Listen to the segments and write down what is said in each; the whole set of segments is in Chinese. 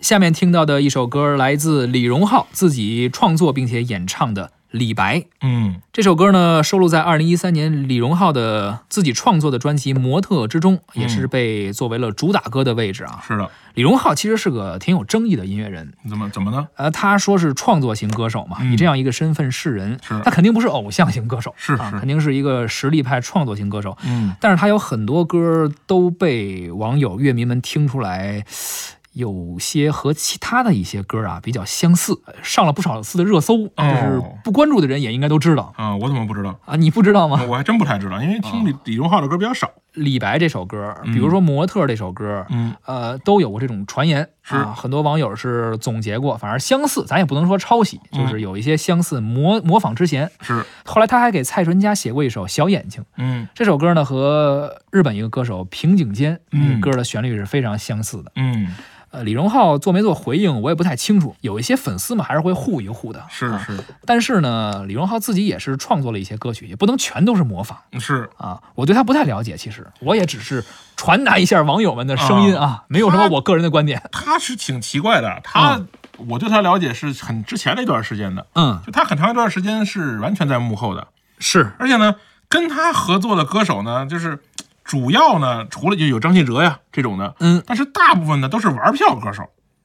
下面听到的一首歌来自李荣浩自己创作并且演唱的《李白》。嗯这首歌呢，收录在二零一三年李荣浩的自己创作的专辑《模特》之中，也是被作为了主打歌的位置啊。是的，李荣浩其实是个挺有争议的音乐人，怎么怎么呢？呃，他说是创作型歌手嘛，嗯以这样一个身份示人，是他肯定不是偶像型歌手，是啊是肯定是一个实力派创作型歌手。嗯但是他有很多歌都被网友乐迷们听出来，有些和其他的一些歌啊比较相似，上了不少次的热搜，哦就是不关注的人也应该都知道啊，我怎么不知道？啊。你不知道吗？我还真不太知道，因为听李李荣浩的歌比较少。李白这首歌，比如说《模特》这首歌，嗯呃，都有过这种传言，是啊，很多网友是总结过，反而相似，咱也不能说抄袭，嗯就是有一些相似模模仿之嫌。是，后来他还给蔡淳佳写过一首《小眼睛》，嗯这首歌呢和日本一个歌手平井坚嗯那歌的旋律是非常相似的。嗯，呃，李荣浩做没做回应我也不太清楚，有一些粉丝们还是会护一护的，是啊是但是呢，李荣浩自己也是创作了一些歌曲，也不能全都是模仿。是，啊，我对他不太了解，其实我也只是传达一下网友们的声音啊，没有什么我个人的观点。他是挺奇怪的，他嗯我对他了解是很之前的一段时间的，嗯，就他很长一段时间是完全在幕后的，是，而且呢，跟他合作的歌手呢，就是主要呢，除了就有张信哲呀这种的，嗯，但是大部分呢都是玩票歌手，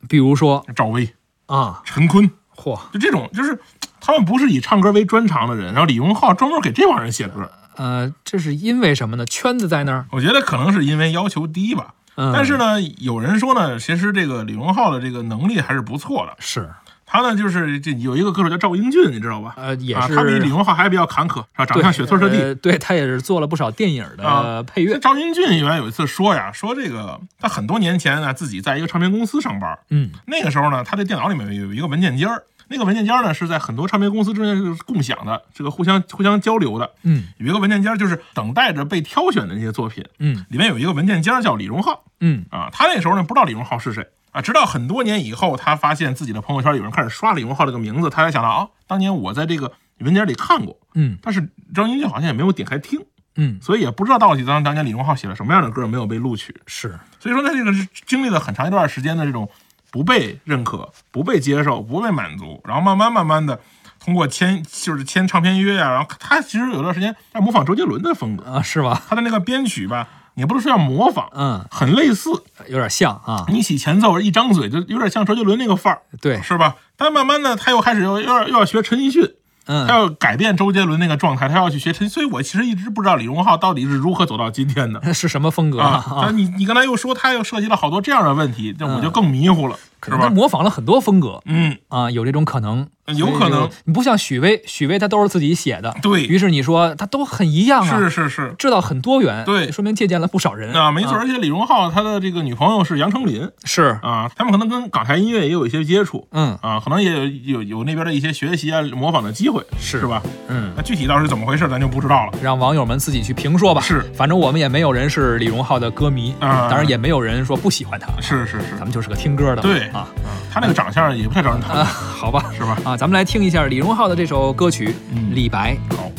比如说赵薇、啊，陈坤，嚯，就这种，就是他们不是以唱歌为专长的人，然后李荣浩专门给这帮人写歌，呃，这是因为什么呢？圈子在那儿，我觉得可能是因为要求低吧。嗯，但是呢，有人说呢，其实这个李荣浩的这个能力还是不错的。是，他呢，就是这有一个歌手叫赵英俊，你知道吧？呃，也啊，是他比李荣浩还比较坎坷，是吧？长得像雪村师弟。呃对他也是做了不少电影的啊配这乐，赵英俊原来有一次说呀，说这个他很多年前呢，自己在一个唱片公司上班，嗯那个时候呢，他的电脑里面有一个文件夹儿，那个文件夹儿呢是在很多唱片公司之间是共享的，这个互相互相交流的。嗯有一个文件夹儿就是等待着被挑选的那些作品，嗯里面有一个文件夹儿叫李荣浩嗯，啊，他那时候呢不知道李荣浩是谁啊，直到很多年以后，他发现自己的朋友圈有人开始刷李荣浩这个名字，他才想到啊，当年我在这个文件夹里看过，嗯但是张英俊好像也没有点开听。嗯，所以也不知道到底当当年李荣浩写了什么样的歌没有被录取。是，所以说，他这个是经历了很长一段时间的这种不被认可、不被接受、不被满足，然后慢慢慢慢的通过签就是签唱片约啊，然后他其实有段时间在模仿周杰伦的风格，啊，是吧？他的那个编曲吧，你也不能说要模仿，嗯，很类似，有点像啊，你起前奏一张嘴就有点像周杰伦那个范儿，对，是吧？但慢慢的他又开始又又要又要学陈奕迅。他嗯，要改变周杰伦那个状态，他要去学陈，所以我其实一直不知道李荣浩到底是如何走到今天的。是什么风格啊， 啊？嗯但你你刚才又说他又涉及了好多这样的问题，那我就更迷糊了，可是能他吧？模仿了很多风格，嗯，啊，有这种可能，有所以可就能。你不像许巍，许巍他都是自己写的，于对，是你说他都很一样啊，是是是，这倒很多元，对说明借鉴了不少人啊，没错。而且李荣浩他的这个女朋友是杨丞琳是，啊，他们可能跟港台音乐也有一些接触嗯啊，可能也有有有那边的一些学习啊、模仿的机会，是是吧？嗯，那具体到底是怎么回事，咱就不知道了。让网友们自己去评说吧。是反正我们也没有人是李荣浩的歌迷，啊当然也没有人说不喜欢他，是是是咱，们就是个听歌的嘛，对啊他那个长相也不太招人讨啊，厌，好吧是吧？啊，咱们来听一下李荣浩的这首歌曲《嗯李白》。好，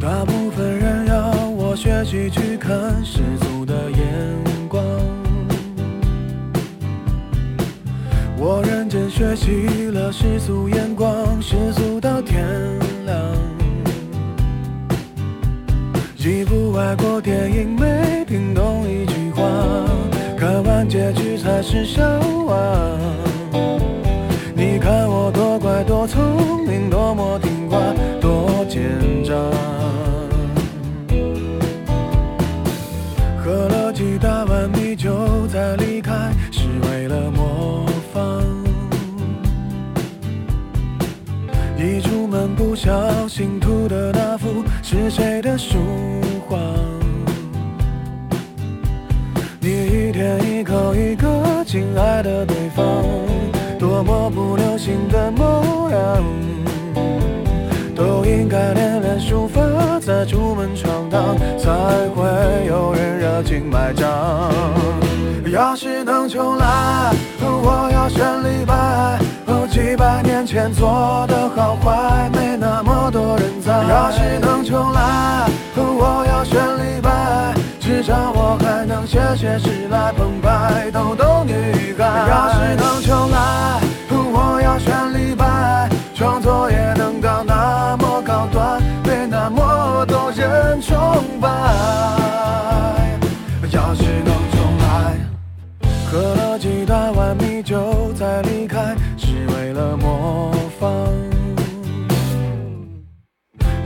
大部分人让我学习去看世俗的眼光，我认真学习了世俗眼光，世俗到天亮。既不爱过电影，没听懂一句话，看完结局才是笑话。你看我多乖，多聪明，多么听话，多奸诈。喝了几大碗米酒再离开，是为了模仿。一出门不小心涂的那幅是谁的书画？你一天一口一个亲爱的对方，多么不流行的模样，都应该练练书法，再出门闯荡，才会有人热情买账。要是能重来，我要选李白。哦，几百年前做的好坏，没那么多人在。要是能重来，我要选李白。至少我还能写写诗来澎湃，逗逗女孩。要是能重来，你就在离开，是为了模仿。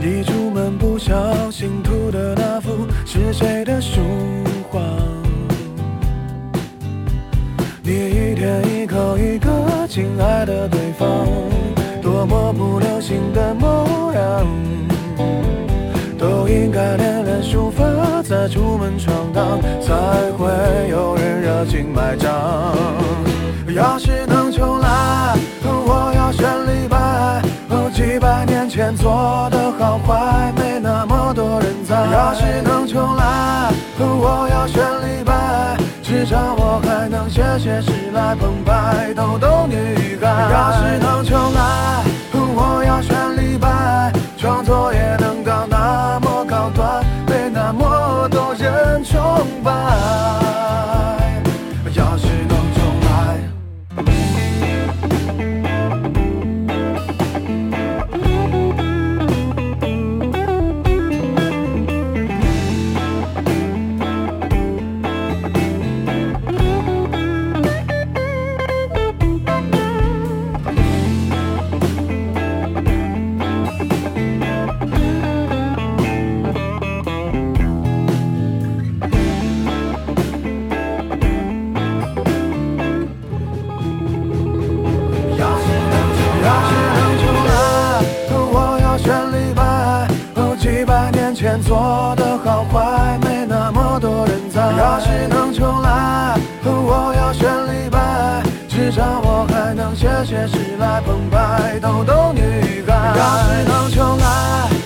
一出门不小心涂的那幅是谁的书画？你一天一口一个亲爱的对方，多么不流行的模样，都应该练练书法，再出门闯荡，才会有人热情买账。要是能重来，我要选李白。哦，几百年前做的好坏，没那么多人在。要是能重来，我要选李白。至少我还能写写诗来澎湃，逗逗女孩。要是能重来，我要选李白，创作也能到那么高端，被那么多人崇拜。要是能重来。要是能重来，我要选李白。哦，几百年前做的好坏，没那么多人在。要是能重来，我要选李白。至少我还能写写诗来澎湃，逗逗女孩。要是能重来。